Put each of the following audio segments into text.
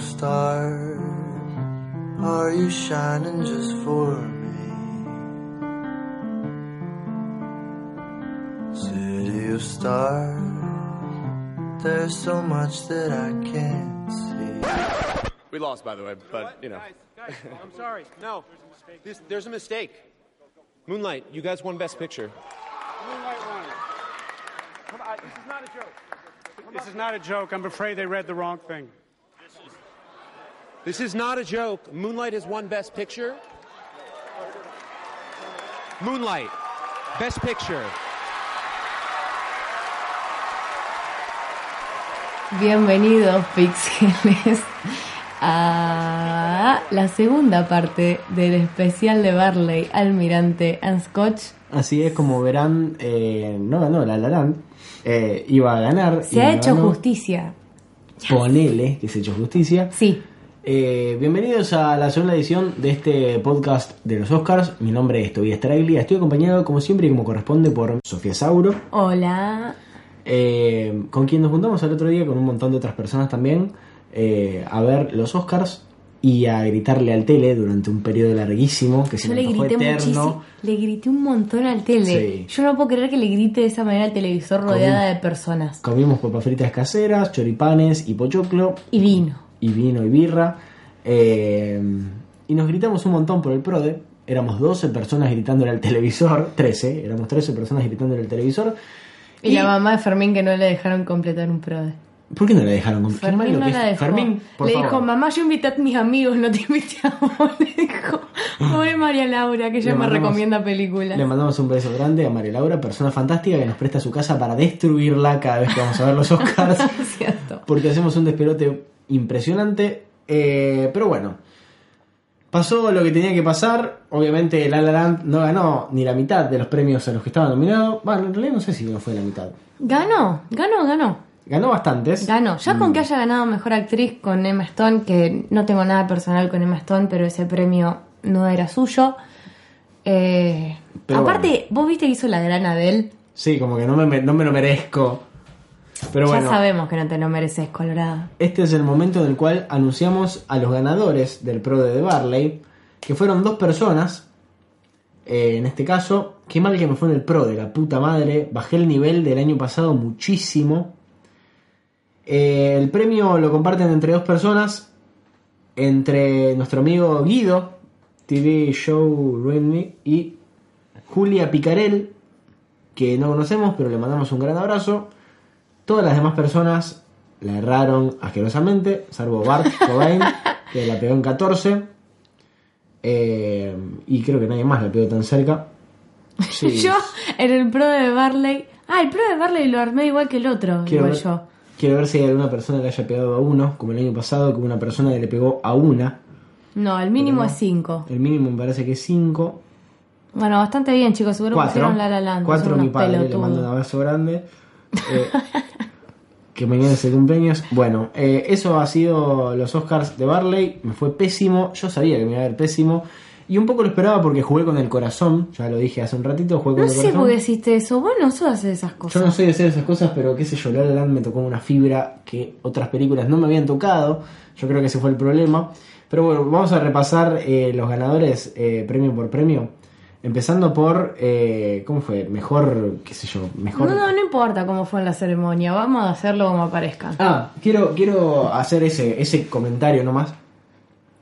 star? Are you shining just for me? City of stars, there's so much that I can't see. We lost, by the way, but you know. Guys, guys, I'm sorry. No, this, there's a mistake. Moonlight, you guys won Best Picture. Moonlight won. Come on, this is not a joke. This is not a joke. I'm afraid they read the wrong thing. This is not a joke. Moonlight has won Best Picture. Moonlight, Best Picture. Bienvenidos, Pixeles, a la segunda parte del especial de Barley, Almirante and Scotch. Así es como verán, eh, no ganó La La Land, eh, iba a ganar. Se ha hecho justicia. justicia. Ponele que se ha hecho justicia. Sí, Eh, bienvenidos a la segunda edición de este podcast de los Oscars. Mi nombre es Tobias Taraglia. Estoy acompañado, como siempre y como corresponde, por Sofía Sauro, hola. eh, con quien nos juntamos el otro día con un montón de otras personas también eh, a ver los Oscars y a gritarle al tele durante un periodo larguísimo que se Yo le nos fue grité eterno. muchísimo, le grité un montón al tele. Sí. Yo no puedo creer que le grite de esa manera al televisor rodeada Comí. de personas. Comimos papas fritas caseras, choripanes y pochoclo. Y vino. y vino y birra. eh, y nos gritamos un montón por el PRODE. Éramos 12 personas gritándole al televisor, 13, éramos 13 personas gritándole al televisor. Y, la mamá de Fermín que no le dejaron completar un prode. ¿Por qué no la dejaron con qué Fermín malo no que la es- dejó. Fermín, por le favor. dijo, mamá, yo invité a mis amigos, no te invité a vos. Le dijo, pobre María Laura, que ella Le me mandamos- recomienda películas. Le mandamos un beso grande a María Laura, persona fantástica que nos presta su casa para destruirla cada vez que vamos a ver los Oscars. Cierto. porque hacemos un despelote impresionante. eh, pero bueno, pasó lo que tenía que pasar. Obviamente, La La Land no ganó ni la mitad de los premios a los que estaba nominado. Bueno, en realidad no sé si no fue la mitad. Ganó, ganó, ganó. Ganó bastantes. Ganó. Ya con que haya ganado Mejor Actriz con Emma Stone, que no tengo nada personal con Emma Stone, pero ese premio no era suyo. Eh, Pero aparte, vos viste que hizo la gran Adele. Sí, como que no me, no me lo merezco. Pero ya bueno, sabemos que no te lo mereces, Colorado. este es el momento en el cual anunciamos a los ganadores del Pro de Barley, que fueron dos personas. eh, en este caso, qué mal que me fue en el Pro de la puta madre. Bajé el nivel del año pasado muchísimo. Eh, el premio lo comparten entre dos personas. Entre nuestro amigo Guido, TV Show Ruin Me, y Julia Picarel, que no conocemos, pero le mandamos un gran abrazo. Todas las demás personas la erraron asquerosamente, salvo Bart Cobain, que la pegó en 14. Eh, y creo que nadie más la pegó tan cerca. Sí, Yo, en el pro de Barley. Ah, el pro de Barley lo armé igual que el otro, Quiero igual ver, yo. quiero ver si hay alguna persona que le haya pegado a uno, como el año pasado, que hubo una persona que le pegó a una. No, el mínimo Pero es 5. El mínimo me parece que es 5. Bueno, bastante bien, chicos. Seguro Cuatro. pusieron La La Land. Cuatro, son mi unos padre, le pelotudos. mando un abrazo grande. Eh, que mañana es el cumpleaños. Bueno, eh, eso ha sido los Oscars de Barley. Me fue pésimo. Yo sabía que me iba a ver pésimo. Y un poco lo esperaba porque jugué con el corazón. Ya lo dije hace un ratito, jugué No con el sé corazón. por qué hiciste eso. Vos no sos de hacer esas Yo cosas. no soy de hacer esas cosas, pero qué sé yo, La La Land me tocó una fibra que otras películas no me habían tocado. Yo creo que ese fue el problema. Pero bueno, vamos a repasar eh, los ganadores eh, premio por premio. Empezando por, eh, ¿cómo fue? Mejor, qué sé yo, mejor... No, no, no importa cómo fue en la ceremonia, vamos a hacerlo como aparezca. Ah, quiero, quiero hacer ese, ese comentario nomás.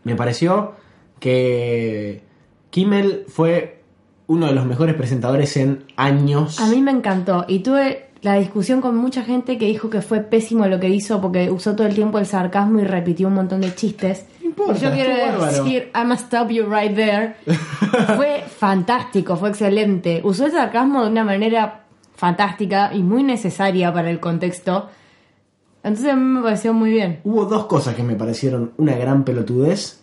Me pareció que Kimmel fue uno de los mejores presentadores en años. A mí me encantó y tuve la discusión con mucha gente que dijo que fue pésimo lo que hizo porque usó todo el tiempo el sarcasmo y repitió un montón de chistes. No importa, Y yo quiero fue bárbaro. decir, I'm gonna stop you right there. fue fantástico, fue excelente. Usó el sarcasmo de una manera fantástica y muy necesaria para el contexto. Entonces a mí me pareció muy bien. Hubo dos cosas que me parecieron una gran pelotudez.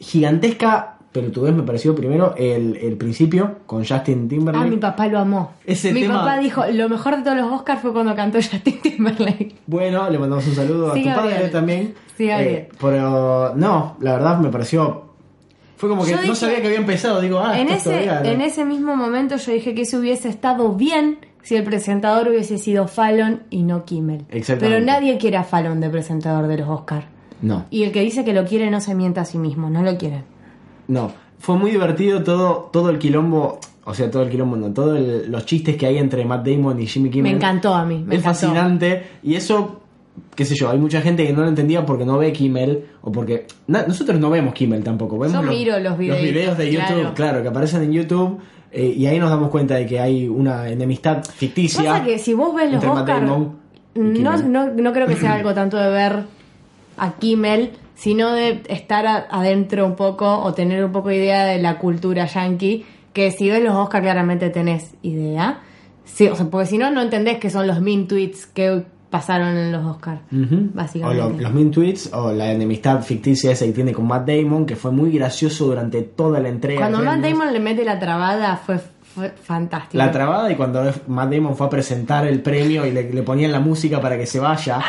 Gigantesca pelotudez me pareció primero el, el principio con Justin Ah, mi Timberlake. papá lo amó. Ese mi tema- papá dijo, lo mejor de todos los Oscars fue cuando cantó Justin Timberlake. bueno, le mandamos un saludo Sí, a tu Gabriel. padre también. Eh, Sí, Gabriel. pero no, la verdad me pareció... Fue como que Yo no dije- sabía que había empezado. Digo, ah, en, esto es ese, todavía, en ¿no? ese mismo momento yo dije que eso hubiese estado bien si el presentador hubiese sido Fallon y no Kimmel. Exactamente. Pero nadie quiere a Fallon de presentador de los Oscars. No, Y el que dice que lo quiere no se mienta a sí mismo, no lo quiere. no. Fue muy divertido todo, todo el quilombo. O sea, todo el quilombo, no. Todos los chistes que hay entre Matt Damon y Jimmy Kimmel. Me encantó a mí. Me encantó. es fascinante. Y eso, qué sé yo, hay mucha gente que no lo entendía porque no ve Kimmel o porque. na- nosotros no vemos Kimmel tampoco. Vemos Yo miro los videitos, videos de YouTube, claro. claro, que aparecen en YouTube. eh, y ahí nos damos cuenta de que hay una enemistad ficticia. Pasa que si vos ves los entre Matt Oscar, Damon y no, Kimmel. no, no creo que sea algo tanto de ver a Kimmel, sino de estar a- adentro un poco o tener un poco de idea de la cultura yankee, que si ves los Oscar claramente tenés idea. Sí, o sea, porque si no, no entendés que son los mean tweets que pasaron en los Oscar, Ujú. básicamente. O lo- los mean tweets o la enemistad ficticia esa que tiene con Matt Damon, que fue muy gracioso durante toda la entrega. Cuando de Matt premios. Damon le mete la trabada fue, fue fantástico. La trabada y cuando Matt Damon fue a presentar el premio y le, le ponían la música para que se vaya.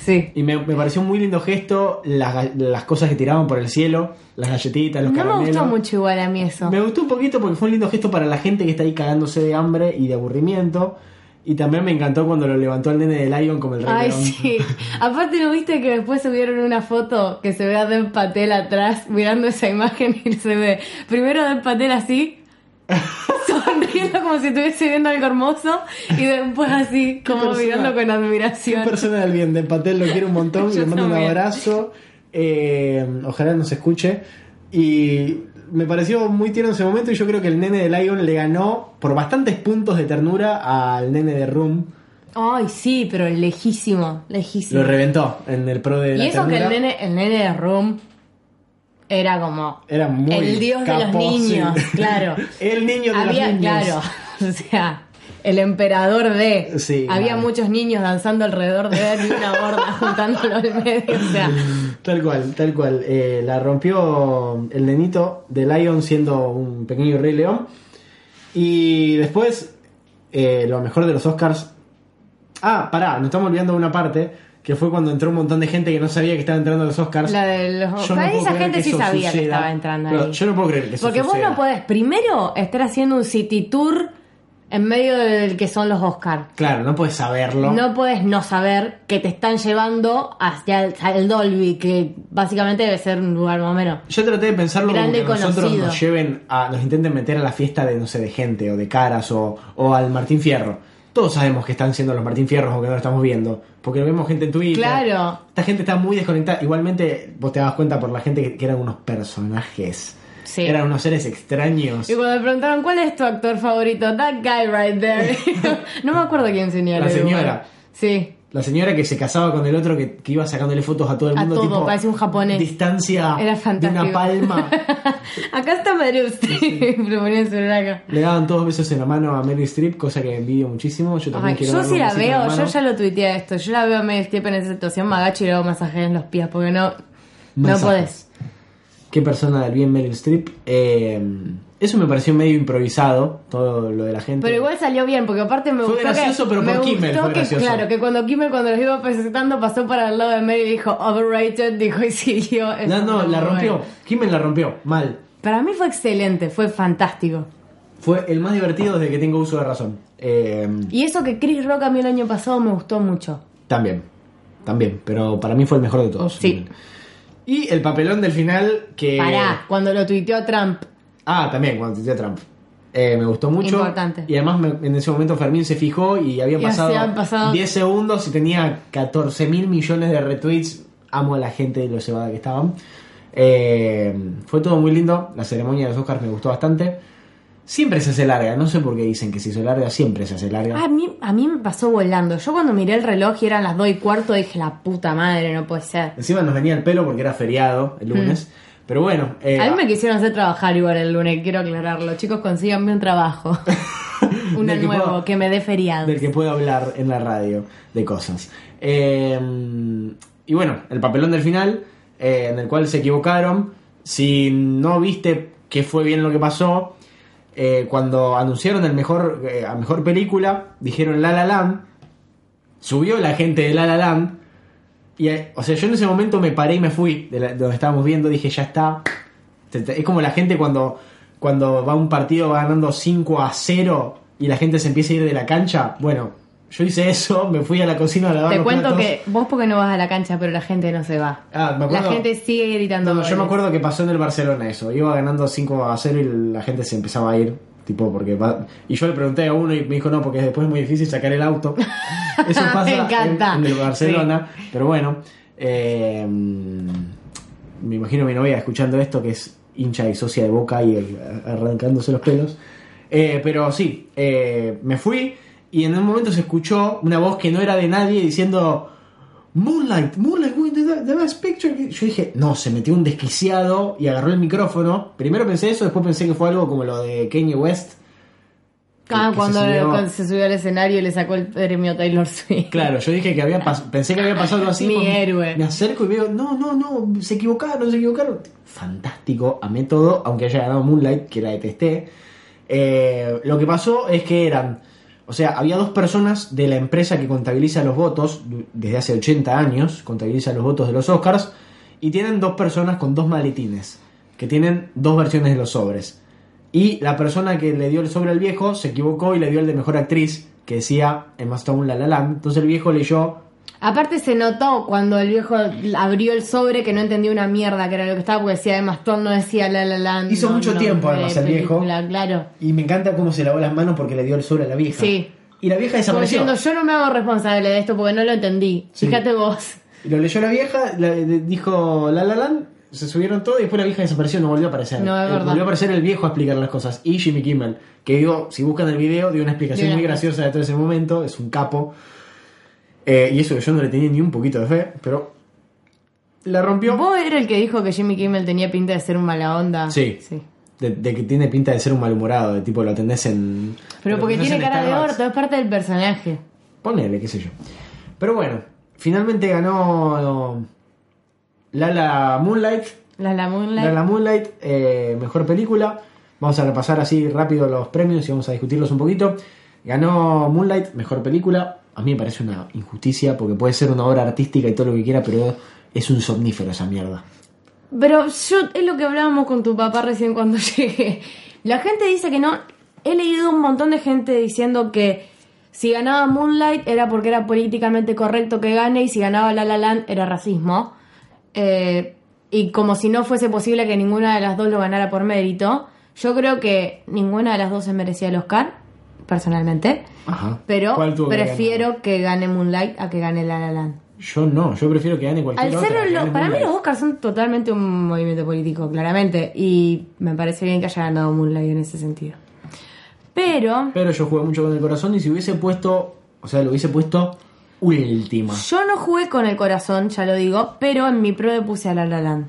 sí. Y me, me pareció un muy lindo gesto las, ga- las cosas que tiraban por el cielo, las galletitas, los No me caramelos. gustó mucho igual a mí eso. Me gustó un poquito porque fue un lindo gesto para la gente que está ahí cagándose de hambre y de aburrimiento. Y también me encantó cuando lo levantó el nene de Lion como el rey Ay, León. sí. Aparte, ¿no viste que después subieron una foto que se ve a Dev Patel atrás mirando esa imagen y se ve primero a Dev Patel así, sonriendo como si estuviese viendo algo hermoso y después así, como persona? mirando con Qué admiración. persona del bien, de Patel lo quiero un montón, Yo le mando un también. abrazo. eh, ojalá nos escuche. Y me pareció muy tierno ese momento. Y yo creo que el nene de Lion le ganó por bastantes puntos de ternura al nene de Room. Ay, sí, pero lejísimo, lejísimo. Lo reventó en el pro de la y eso que ternura. el nene, el nene de Room era como Era muy el dios de los capo, sí. niños, claro. El niño de había, los niños. claro, o sea, el emperador de. Sí, había mal. muchos niños danzando alrededor de él y una horda juntándolo al medio, o sea. Tal cual, tal cual. Eh, la rompió el nenito de Lion siendo un pequeño rey león. Y después, eh, lo mejor de los Oscars. Ah, pará, nos estamos olvidando de una parte. Que fue cuando entró un montón de gente que no sabía que estaba entrando a los Oscars. La de los- Yo no Para puedo esa creer gente que sí eso sabía que suceda. estaba entrando Pero ahí. Yo no puedo creer que eso Porque vos no suceda. podés, primero, estar haciendo un city tour en medio del que son los Oscars. Claro, no puedes saberlo. No puedes no saber que te están llevando hacia el, al Dolby, que básicamente debe ser un lugar más o menos. Yo traté de pensarlo como Grande que y nosotros conocido. nos lleven a, nos intenten meter a la fiesta de, no sé, de gente o de caras o, o al Martín Fierro. Todos sabemos que están siendo los Martín Fierros o que no lo estamos viendo. Porque vemos gente en Twitter. Claro. Esta gente está muy desconectada. Igualmente, vos te das cuenta por la gente que, que eran unos personajes. Sí. Eran unos seres extraños. Y cuando me preguntaron cuál es tu actor favorito, that guy right there. no me acuerdo quién señaló. La señora. igual. Sí. La señora que se casaba con el otro que, que iba sacándole fotos a todo el A mundo. todo, tipo, parecía un japonés. Distancia Era de fantástico. una palma. acá está Meryl Streep. Le ponía el celular acá. Le daban todos besos en la mano a Meryl Streep, cosa que envidio muchísimo. Yo también Ay, quiero yo darle si un la besito en veo, yo mano. ya lo tuiteé esto. Yo la veo a Meryl Streep en esa situación, me agacho y le hago masajes en los pies, porque no, no Masajes. podés. Qué persona del bien Meryl Streep. Eh, eso me pareció medio improvisado, todo lo de la gente. Pero igual salió bien, porque aparte me Fue gustó gracioso, que, pero me por Kimmel gustó fue que, gracioso. Claro, que cuando Kimmel, cuando los iba presentando, pasó para el lado de Meryl y dijo overrated, dijo y siguió. Eso No, no, fue la muy rompió. bueno. Kimmel la rompió, mal. Para mí fue excelente, fue fantástico. Fue el más divertido desde que tengo uso de razón. Eh, Y eso que Chris Rock a mí el año pasado me gustó mucho. también, también, pero para mí fue el mejor de todos. Sí. Y el papelón del final que... Pará, cuando lo tuiteó Trump. Ah, también, cuando tuiteó Trump. Eh, me gustó mucho. Importante. Y además me- en ese momento Fermín se fijó y habían Y pasado, hacían pasado- 10 segundos y tenía 14 mil millones de retweets. Amo a la gente de lo cebada que estaban. Eh, fue todo muy lindo. La ceremonia de los Oscars me gustó bastante. Siempre se hace larga, no sé por qué dicen que se hizo larga, siempre se hace larga. Ah, A mí, a mí me pasó volando. Yo cuando miré el reloj y eran las 2 y cuarto, dije, la puta madre, no puede ser. Encima nos venía el pelo porque era feriado el lunes. Pero bueno, eh, Mm. A mí me quisieron hacer trabajar igual el lunes, quiero aclararlo. Chicos, consíganme un trabajo. Uno Del que nuevo, pueda- que me dé feriado. del que puedo hablar en la radio de cosas. Eh, y bueno, el papelón del final, eh, en el cual se equivocaron. Si no viste que fue bien lo que pasó, eh, cuando anunciaron el mejor, eh, a mejor película, dijeron La La Land, subió la gente de La La Land. Y, eh, o sea, yo en ese momento me paré y me fui de, la- de donde estábamos viendo, dije, ya está. Te- te- Es como la gente cuando, cuando va a un partido va ganando 5 a 0 y la gente se empieza a ir de la cancha. Bueno, Yo hice eso, me fui a la cocina a lavar Te los cuento platos. que vos porque no vas a la cancha, pero la gente no se va. Ah, me acuerdo- La gente sigue gritando. No, yo me goles. acuerdo que pasó en el Barcelona eso. Iba ganando 5 a 0 y la gente se empezaba a ir. Tipo, porque va- Y yo le pregunté a uno y me dijo no, porque después es muy difícil sacar el auto. Eso Ah, Me pasa encanta. En, en el Barcelona. Pero bueno, eh, me imagino mi novia escuchando esto, que es hincha y socia de boca y el- arrancándose los pelos. Eh, pero sí, eh, me fui y en un momento se escuchó una voz que no era de nadie diciendo. Moonlight, Moonlight, win the, the best picture. Yo dije, no, se metió un desquiciado y agarró el micrófono. Primero pensé eso, después pensé que fue algo como lo de Kanye West. Ah, que- que cuando, se subió- cuando se subió al escenario y le sacó el premio a Taylor Swift. Claro, yo dije que había pas- pensé que había pasado algo así. Mi pues, héroe. Me acerco y veo, no, no, no, se equivocaron, se equivocaron. Fantástico, amé todo, aunque haya ganado Moonlight, que la detesté. Eh, lo que pasó es que eran, o sea, había dos personas de la empresa que contabiliza los votos, du- desde hace 80 años, contabiliza los votos de los Oscars, y tienen dos personas con dos maletines, que tienen dos versiones de los sobres. Y la persona que le dio el sobre al viejo se equivocó y le dio el de mejor actriz, que decía Emma Stone La La Land. Entonces el viejo leyó Aparte se notó cuando el viejo abrió el sobre que no entendió una mierda que era lo que estaba porque decía Emma Stone no decía La La Land. Hizo no, mucho no, tiempo, de además, el viejo. película, Claro. y me encanta cómo se lavó las manos porque le dio el sobre a la vieja. Sí. Y la vieja Como desapareció. diciendo, yo no me hago responsable de esto porque no lo entendí. Sí. Fíjate vos. Y lo leyó la vieja, la- le dijo La La Land, se subieron todo y después la vieja desapareció, no volvió a aparecer. No, es Eh, verdad. Volvió a aparecer el viejo a explicar las cosas. Y Jimmy Kimmel, que digo, si buscan el video, dio una explicación Dio una muy graciosa de todo ese momento, es un capo. Eh, y eso que yo no le tenía ni un poquito de fe, pero la rompió. ¿Vos era el que dijo que Jimmy Kimmel tenía pinta de ser un mala onda? Sí. De, de que tiene pinta de ser un malhumorado, de tipo lo atendés en. Pero lo porque atendés tiene en cara de Starbucks. orto, es parte del personaje. Ponele, qué sé yo. Pero bueno, finalmente ganó eh, Lala Moonlight. La La Moonlight. Lala Moonlight, eh, mejor película. Vamos a repasar así rápido los premios y vamos a discutirlos un poquito. Ganó Moonlight, mejor película. A mí me parece una injusticia porque puede ser una obra artística y todo lo que quiera, pero es un somnífero esa mierda. Pero yo, es lo que hablábamos con tu papá recién cuando llegué. La gente dice que no. He leído un montón de gente diciendo que si ganaba Moonlight era porque era políticamente correcto que gane y si ganaba La La Land era racismo. Eh, y como si no fuese posible que ninguna de las dos lo ganara por mérito, yo creo que ninguna de las dos se merecía el Oscar, personalmente. Ajá. Pero ¿Cuál tuvo que prefiero que gane Moonlight a que gane La La Land. Yo no, yo prefiero que gane cualquier Al otra, ser que lo- gane para mí Moonlight. los Oscars son totalmente un movimiento político, claramente, y me parece bien que haya ganado Moonlight en ese sentido. Pero Pero yo jugué mucho con el corazón y si hubiese puesto, o sea, lo hubiese puesto última. yo no jugué con el corazón, ya lo digo, pero en mi pro le puse a La La Land.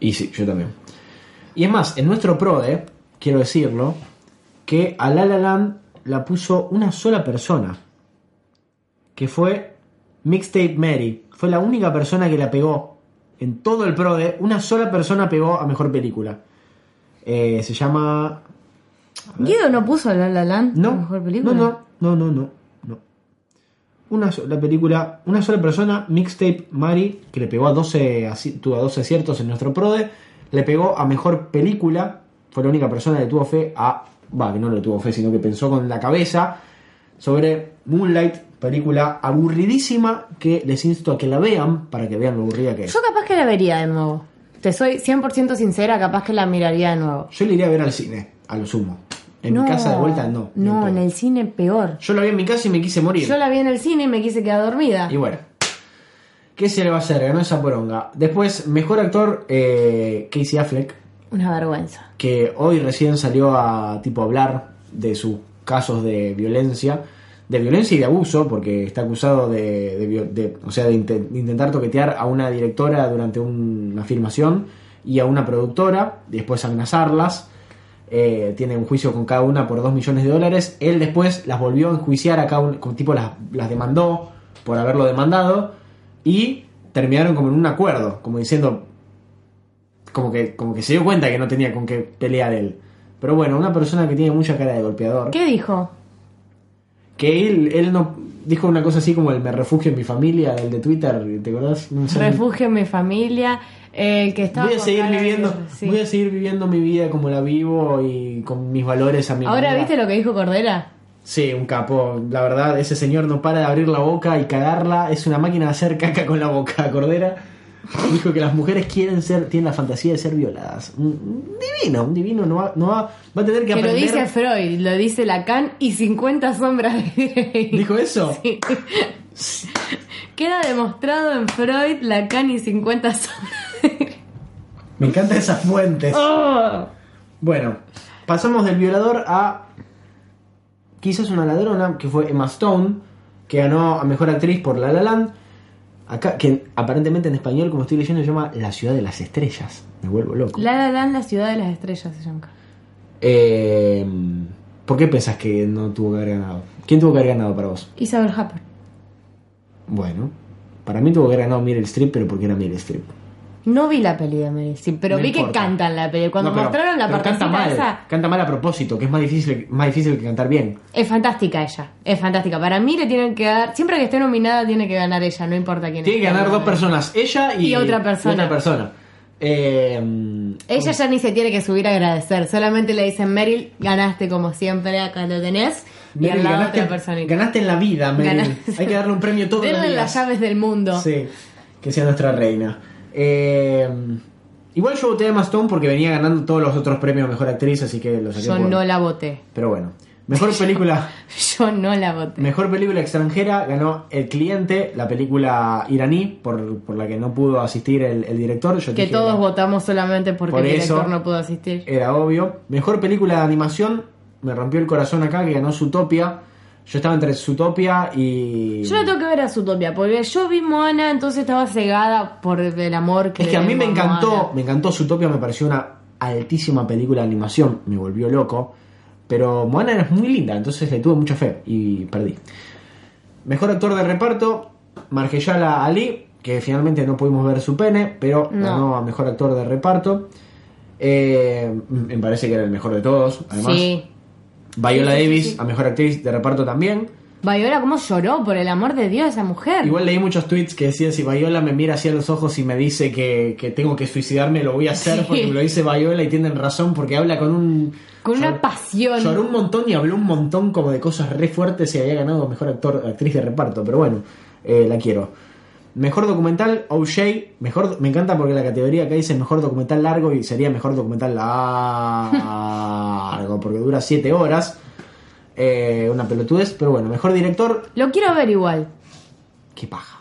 Y sí, yo también. Y es más, en nuestro PRODE, quiero decirlo, que a La La Land la puso una sola persona, que fue Mixtape Mary. Fue la única persona que la pegó en todo el PRODE. Una sola persona pegó a Mejor Película. Eh, se llama... Guido no puso a La La Land No, como mejor película. No, no, no, no, no. no. Una sola película, una sola persona, Mixtape Mari, que le pegó a 12, aci- tuvo a 12 aciertos en nuestro PRODE, le pegó a mejor película, fue la única persona que tuvo fe a. Va, que no le tuvo fe, sino que pensó con la cabeza sobre Moonlight, película aburridísima que les insto a que la vean para que vean lo aburrida que es. Yo capaz que la vería de nuevo. Te soy 100% sincera, capaz que la miraría de nuevo. Yo le iría a ver al cine, a lo sumo. En No, mi casa de vuelta no. ni en No, en pedo. el cine peor. Yo la vi en mi casa y me quise morir. Yo la vi en el cine y me quise quedar dormida. Y bueno, ¿qué se le va a hacer? Ganó esa poronga. Después, mejor actor, eh, Casey Affleck, Una vergüenza. que hoy recién salió a tipo hablar de sus casos de violencia, de violencia y de abuso, porque está acusado de, de vio- de- o sea, de, inte- de intentar toquetear a una directora durante un- una filmación y a una productora, y después amenazarlas. Eh, tiene un juicio con cada una por 2 millones de dólares. Él después las volvió a enjuiciar a cada una, como tipo las, las demandó por haberlo demandado y terminaron como en un acuerdo, como diciendo, como que, como que se dio cuenta que no tenía con qué pelear él. Pero bueno, una persona que tiene mucha cara de golpeador. ¿Qué dijo? Que él, él no dijo una cosa así como el me refugio en mi familia, del de Twitter, ¿te acordás? No sé. refugio en mi familia, el que estaba voy a con seguir cara de- viviendo, sí. voy a seguir viviendo mi vida como la vivo y con mis valores a mi Ahora manera. viste lo que dijo Cordera. Sí, un capo. La verdad, ese señor no para de abrir la boca y cagarla. Es una máquina de hacer caca con la boca, Cordera. Dijo que las mujeres quieren ser, tienen la fantasía de ser violadas. Un- un Divino, un divino. No va, no va, va a tener que Que lo aprender. dice Freud, lo dice Lacan y 50 sombras de Grey. ¿Dijo eso? Sí. Queda demostrado en Freud, Lacan y 50 sombras de Grey. Me encantan esas fuentes. Oh. Oh. Bueno, pasamos del violador a quizás una ladrona, que fue Emma Stone, que ganó a Mejor Actriz por La La Land. Acá, que aparentemente en español, como estoy leyendo, se llama La Ciudad de las Estrellas. Me vuelvo loco. La La Land, la ciudad de las estrellas se llama. Eh, ¿Por qué pensás que no tuvo que haber ganado? ¿Quién tuvo que haber ganado para vos? Isabel Happer. Bueno, para mí tuvo que haber ganado Meryl Streep, pero porque era Meryl Streep. No vi la peli de Meryl Streep, pero No vi que importa. cantan la peli. Cuando No, pero- mostraron la pero canta partecita mal, esa, canta mal a propósito, que es más difícil, más difícil que cantar bien. es fantástica ella. Es fantástica. Para mí le tienen que dar. Siempre que esté nominada, tiene que ganar ella, no importa quién Tiene que esté ganar dos nominada. personas, ella y, Y otra persona. y otra persona. Eh, Ella ya ni se tiene que subir a agradecer, solamente le dicen Meryl, ganaste como siempre, acá lo tenés. Y Meryl, al lado mm, ganaste, otra personita. ganaste en la vida, Meryl. Ganaste. Hay que darle un premio todo Denle las llaves del mundo. Sí, que sea nuestra reina. Eh, igual yo voté a Emma Stone porque venía ganando todos los otros premios a Mejor Actriz, así que los saqué Yo por- no la voté. Pero bueno. Mejor película, Yo no la voté. mejor película extranjera ganó El Cliente, la película iraní, por, por la que no pudo asistir el, el director. Yo Que dije- todos votamos solamente porque Por el eso- eh, director no pudo asistir. Era obvio. Mejor película de animación. Me rompió el corazón acá que ganó Zootopia. Yo estaba entre Zootopia y. Yo la tengo que ver a Zootopia, porque yo vi Moana, entonces estaba cegada por el amor que es que le a mí me tengo encantó. Moana. Me encantó Zootopia, me pareció una altísima película de animación. Me volvió loco. Pero Moana es muy linda, entonces le tuve mucha fe y perdí. Mejor actor de reparto, Margeyala Ali, que finalmente no pudimos ver su pene, pero No. ganó a mejor actor de reparto. Eh, me parece que era el mejor de todos, además. Sí. Viola Sí, sí, sí, Davis, sí. a mejor actriz de reparto también. Viola, ¿cómo lloró por el amor de Dios esa mujer? Igual leí muchos tweets que decían: si Viola me mira hacia los ojos y me dice que, que tengo que suicidarme, lo voy a hacer Sí. porque me lo dice Viola y tienen razón porque habla con un. Con una llor- pasión. Lloró un montón y habló un montón como de cosas re fuertes y había ganado mejor actor, actriz de reparto, pero bueno, eh, la quiero. Mejor documental, O'Shea. Mejor, me encanta porque la categoría acá dice mejor documental largo y sería mejor documental largo porque dura 7 horas. Eh, una pelotudez, pero bueno, mejor director, Lo quiero ver igual. qué paja.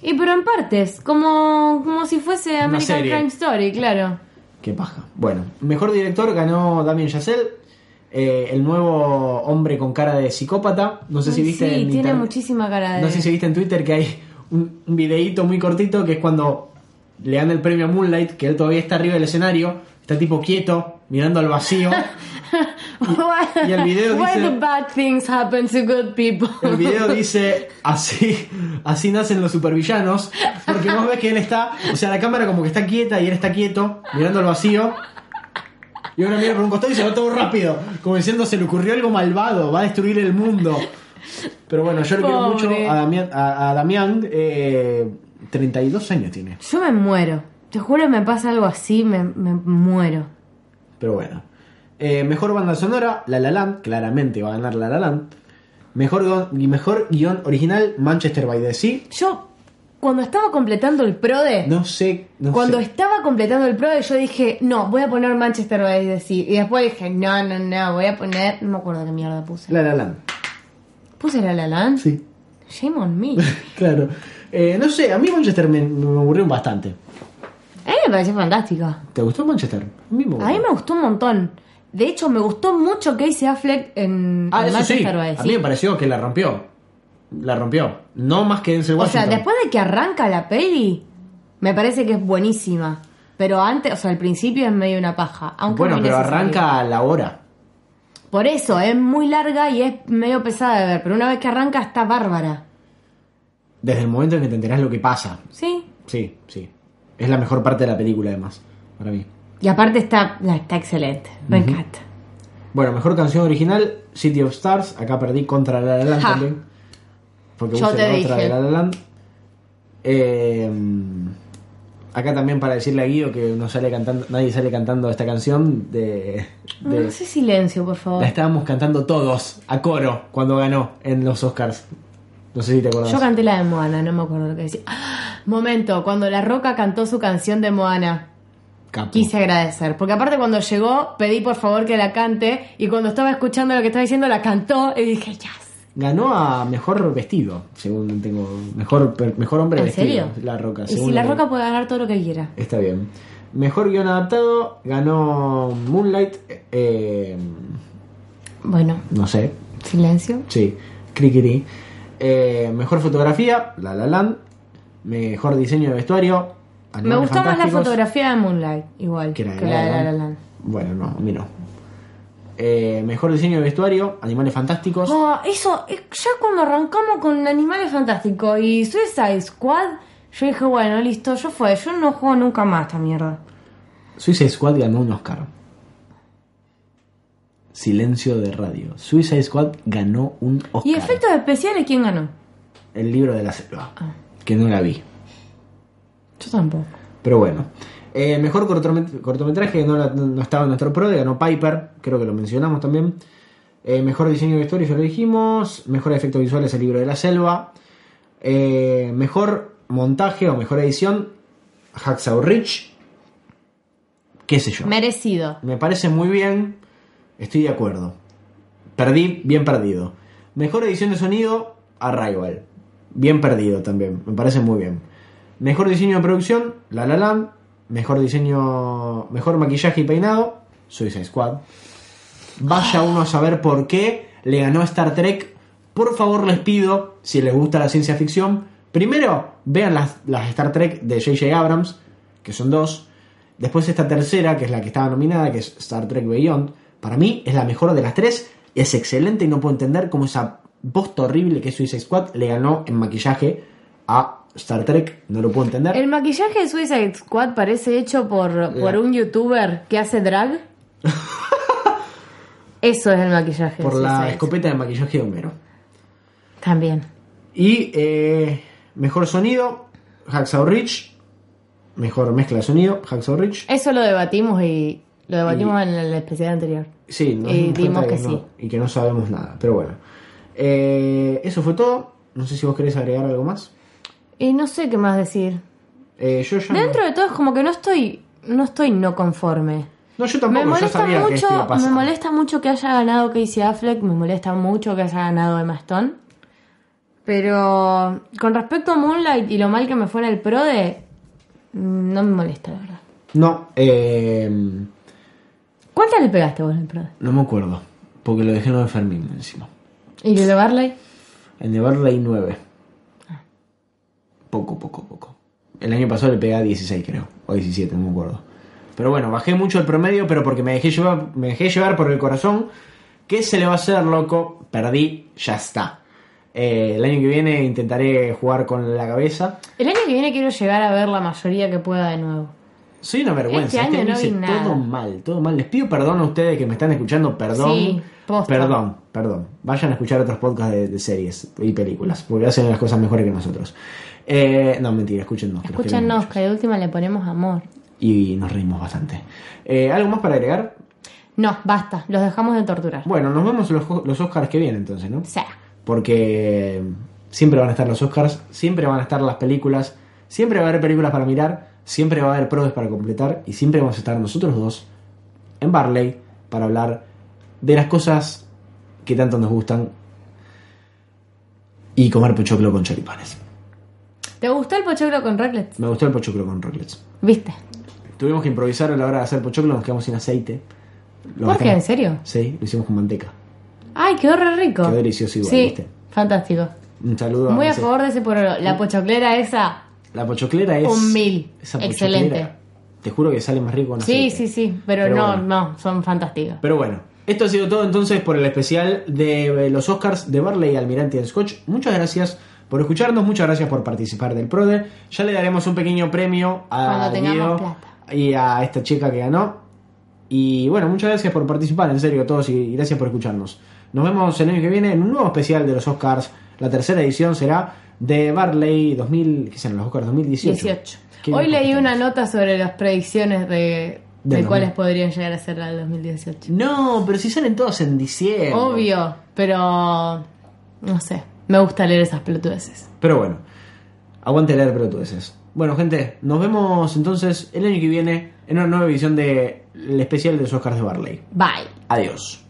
Y pero en partes, como, como si fuese American serie. Crime Story, claro. Qué paja. Bueno, mejor director ganó Damien Chazelle, eh, el nuevo hombre con cara de psicópata. No sé si Ay, viste sí, en tiene internet- muchísima cara de- No sé si viste en Twitter que hay un, un videíto muy cortito que es cuando le dan el premio a Moonlight, que él todavía está arriba del escenario, está tipo quieto, mirando al vacío. y el video Why dice- do bad things happen to good people? El video dice así, así nacen los supervillanos, porque vos ves que él está, o sea, la cámara como que está quieta y él está quieto, mirando al vacío. Y ahora mira por un costado y se va todo rápido, como diciendo se le ocurrió algo malvado, va a destruir el mundo. Pero bueno, yo lo quiero Pobre. mucho a Damián, a, a Damián eh, 32 años tiene. Yo me muero. Te juro, me pasa algo así, me, me muero. Pero bueno. Eh, mejor banda sonora, La La Land. Claramente va a ganar La La Land. Mejor, gon- y mejor guión original, Manchester by the Sea. Yo, cuando estaba completando el PRODE, No sé. No cuando sé. estaba completando el PRODE, yo dije, no, voy a poner Manchester by the Sea. Y después dije, no, no, no, voy a poner. No me acuerdo qué mierda puse. La La Land. ¿Puse la La Land? Sí, Shame on me. claro. Eh, no sé, a mí Manchester me, me aburrió bastante. A mí me pareció fantástica. ¿Te gustó Manchester? A mí me gustó. A mí me gustó un montón. De hecho, me gustó mucho Casey Affleck en, Ah, en eso sí. Manchester by the A Sea. mí me pareció que la rompió. La rompió. No más que en O Washington. sea, después de que arranca la peli, me parece que es buenísima. Pero antes, o sea, al principio es medio una paja. Aunque Bueno, muy pero necesaria. arranca a la hora. Por eso, es muy larga y es medio pesada de ver. Pero una vez que arranca, está bárbara. Desde el momento en que te enterás lo que pasa. ¿Sí? Sí, sí. Es la mejor parte de la película, además. Para mí. Y aparte está, no, está excelente. Me encanta. Bueno, mejor canción original, City of Stars. Acá perdí contra La La Land Ja. también. Porque Yo puse te la otra dije. de La La Land. Eh, Acá también para decirle a Guido que no sale cantando, nadie sale cantando esta canción de, de- No sé silencio, por favor. la estábamos cantando todos a coro cuando ganó en los Oscars. No sé si te acordás. Yo canté la de Moana, no me acuerdo lo que decía. ¡Ah! Momento, cuando La Roca cantó su canción de Moana, Capo. quise agradecer. Porque aparte cuando llegó, pedí por favor que la cante. Y cuando estaba escuchando lo que estaba diciendo, la cantó y dije, yes. Ganó a mejor vestido, según tengo. Mejor, per- mejor hombre ¿En vestido. serio? La Roca. Y según si La lo que- Roca puede ganar todo lo que quiera. Está bien. Mejor guión adaptado ganó Moonlight. eh, Bueno, no sé, silencio. sí, Crikiri. Eh, mejor fotografía, La La Land. Mejor diseño de vestuario, Me Animales gustó más la Fantásticos, fotografía de Moonlight, igual que la de la La La La Land. Land. Bueno, no, a mí no. Eh, mejor diseño de vestuario, Animales Fantásticos. Ah, eso, eh, ya cuando arrancamos con Animales Fantásticos y Suicide Squad, yo dije, bueno, listo, yo fue, yo no juego nunca más a esta mierda. Suicide Squad ganó un Oscar. Silencio de radio. Suicide Squad ganó un Oscar. ¿Y efectos especiales quién ganó? El libro de la selva. Ah. Que no la vi. Yo tampoco. Pero bueno. Eh, mejor cortomet- cortometraje no, la- no estaba en nuestro pro, ganó Piper, creo que lo mencionamos también. Eh, mejor diseño de historia, ya lo dijimos. Mejor efecto visual es el libro de la selva. Eh, mejor montaje o mejor edición, Hacksaw Ridge. ¿Qué sé yo? Merecido. Me parece muy bien. Estoy de acuerdo. Perdí, bien perdido. Mejor edición de sonido, Arrival. Bien perdido también. Me parece muy bien. Mejor diseño de producción, La La Land. Mejor diseño, mejor maquillaje y peinado, Suicide Squad. Vaya uno a saber por qué le ganó a Star Trek. Por favor les pido, si les gusta la ciencia ficción, primero vean las, las Star Trek de J.J. Abrams, que son dos. Después esta tercera, que es la que estaba nominada, que es Star Trek Beyond. Para mí es la mejor de las tres. Es excelente y no puedo entender cómo esa bosta horrible que es Suicide Squad le ganó en maquillaje a Star Trek. No lo puedo entender. El maquillaje de Suicide Squad parece hecho por, por un youtuber que hace drag. Eso es el maquillaje. de por la Suicide escopeta de maquillaje de Homero. Squad. También. Y eh, mejor sonido, Hacksaw Ridge. Mejor mezcla de sonido, Hacksaw Ridge. Eso lo debatimos y lo debatimos en el especial anterior. Sí, nos Y dimos cuenta dimos que no- sí. y que no sabemos nada, pero bueno. Eh, eso fue todo. No sé si vos querés agregar algo más. Y no sé qué más decir. Eh, yo ya no- Dentro de todo es como que no estoy no estoy no conforme. no, yo tampoco. Me yo molesta sabía que esto iba a mucho, me pasar. molesta mucho que haya ganado Casey Affleck, me molesta mucho que haya ganado Emma Stone. Pero con respecto a Moonlight y lo mal que me fue en el Prode, mm, no me molesta, la verdad. No, eh, no ¿Cuántas le pegaste vos en el Prode? me acuerdo. Porque lo dejé en lo de Fermín encima. ¿Y lo de Barley? En The Barley 9. Poco, poco, poco. El año pasado le pegué a 16, creo. O 17, no me acuerdo. Pero bueno, bajé mucho el promedio, pero porque me dejé llevar, me dejé llevar por el corazón. ¿Qué se le va a hacer, loco? Perdí, ya está. Eh, el año que viene intentaré jugar con la cabeza. El año que viene quiero llegar a ver la mayoría que pueda de nuevo. Soy una Este vergüenza. año no hice vi nada. todo mal, todo mal. Les pido perdón a ustedes que me están escuchando, perdón. Sí, posta. Perdón, perdón. Vayan a escuchar otros podcasts de, de series y películas, porque hacen las cosas mejores que nosotros. Eh, no, mentira, escúchennos. que los queremos Escúchanos, mucho. que de última le ponemos amor. Y nos reímos bastante. Eh, ¿Algo más para agregar? No, basta, los dejamos de torturar. Bueno, nos vemos los, los Oscars que vienen entonces, ¿no? O sea, Porque siempre van a estar los Oscars, siempre van a estar las películas, siempre va a haber películas para mirar, siempre va a haber pros para completar y siempre vamos a estar nosotros dos en Barley para hablar de las cosas que tanto nos gustan y comer pochoclo con choripanes. ¿te gustó el pochoclo con raclets? Me gustó el pochoclo con rocklets. ¿Viste? Tuvimos que improvisar a la hora de hacer pochoclo, nos quedamos sin aceite. Lo ¿Por qué? gastamos- ¿En serio? Sí, lo hicimos con manteca. Ay, quedó re rico. Quedó delicioso igual, Sí, ¿viste? fantástico. Un saludo Muy a Marce. favor de ese pororo. La pochoclera esa. La pochoclera es. Un mil. esa Excelente. pochoclera, Te juro que sale más rico con Sí, aceite. sí, sí. Pero, no, bueno. no, son fantásticos. Pero bueno, esto ha sido todo entonces por el especial de eh, los Oscars de Barley, Almirante y Scotch. Muchas gracias por escucharnos, muchas gracias por participar del PRODE. Ya le daremos un pequeño premio a Cuando tengamos Guido plata. y a esta chica que ganó. Y bueno, muchas gracias por participar, en serio, a todos y gracias por escucharnos. Nos vemos el año que viene en un nuevo especial de los Oscars. La tercera edición será de Barley 2000, que sean los Oscars 2018. 18. Qué Hoy leí importante. una nota sobre las predicciones de, de, Del cuáles 2000. podrían llegar a ser la del 2018. No, pero si salen todos en diciembre. Obvio, pero no sé. Me gusta leer esas pelotudeces. Pero bueno, aguante leer pelotudeces. Bueno, gente, nos vemos entonces el año que viene en una nueva edición del especial de los Oscars de Barley. Bye. Adiós.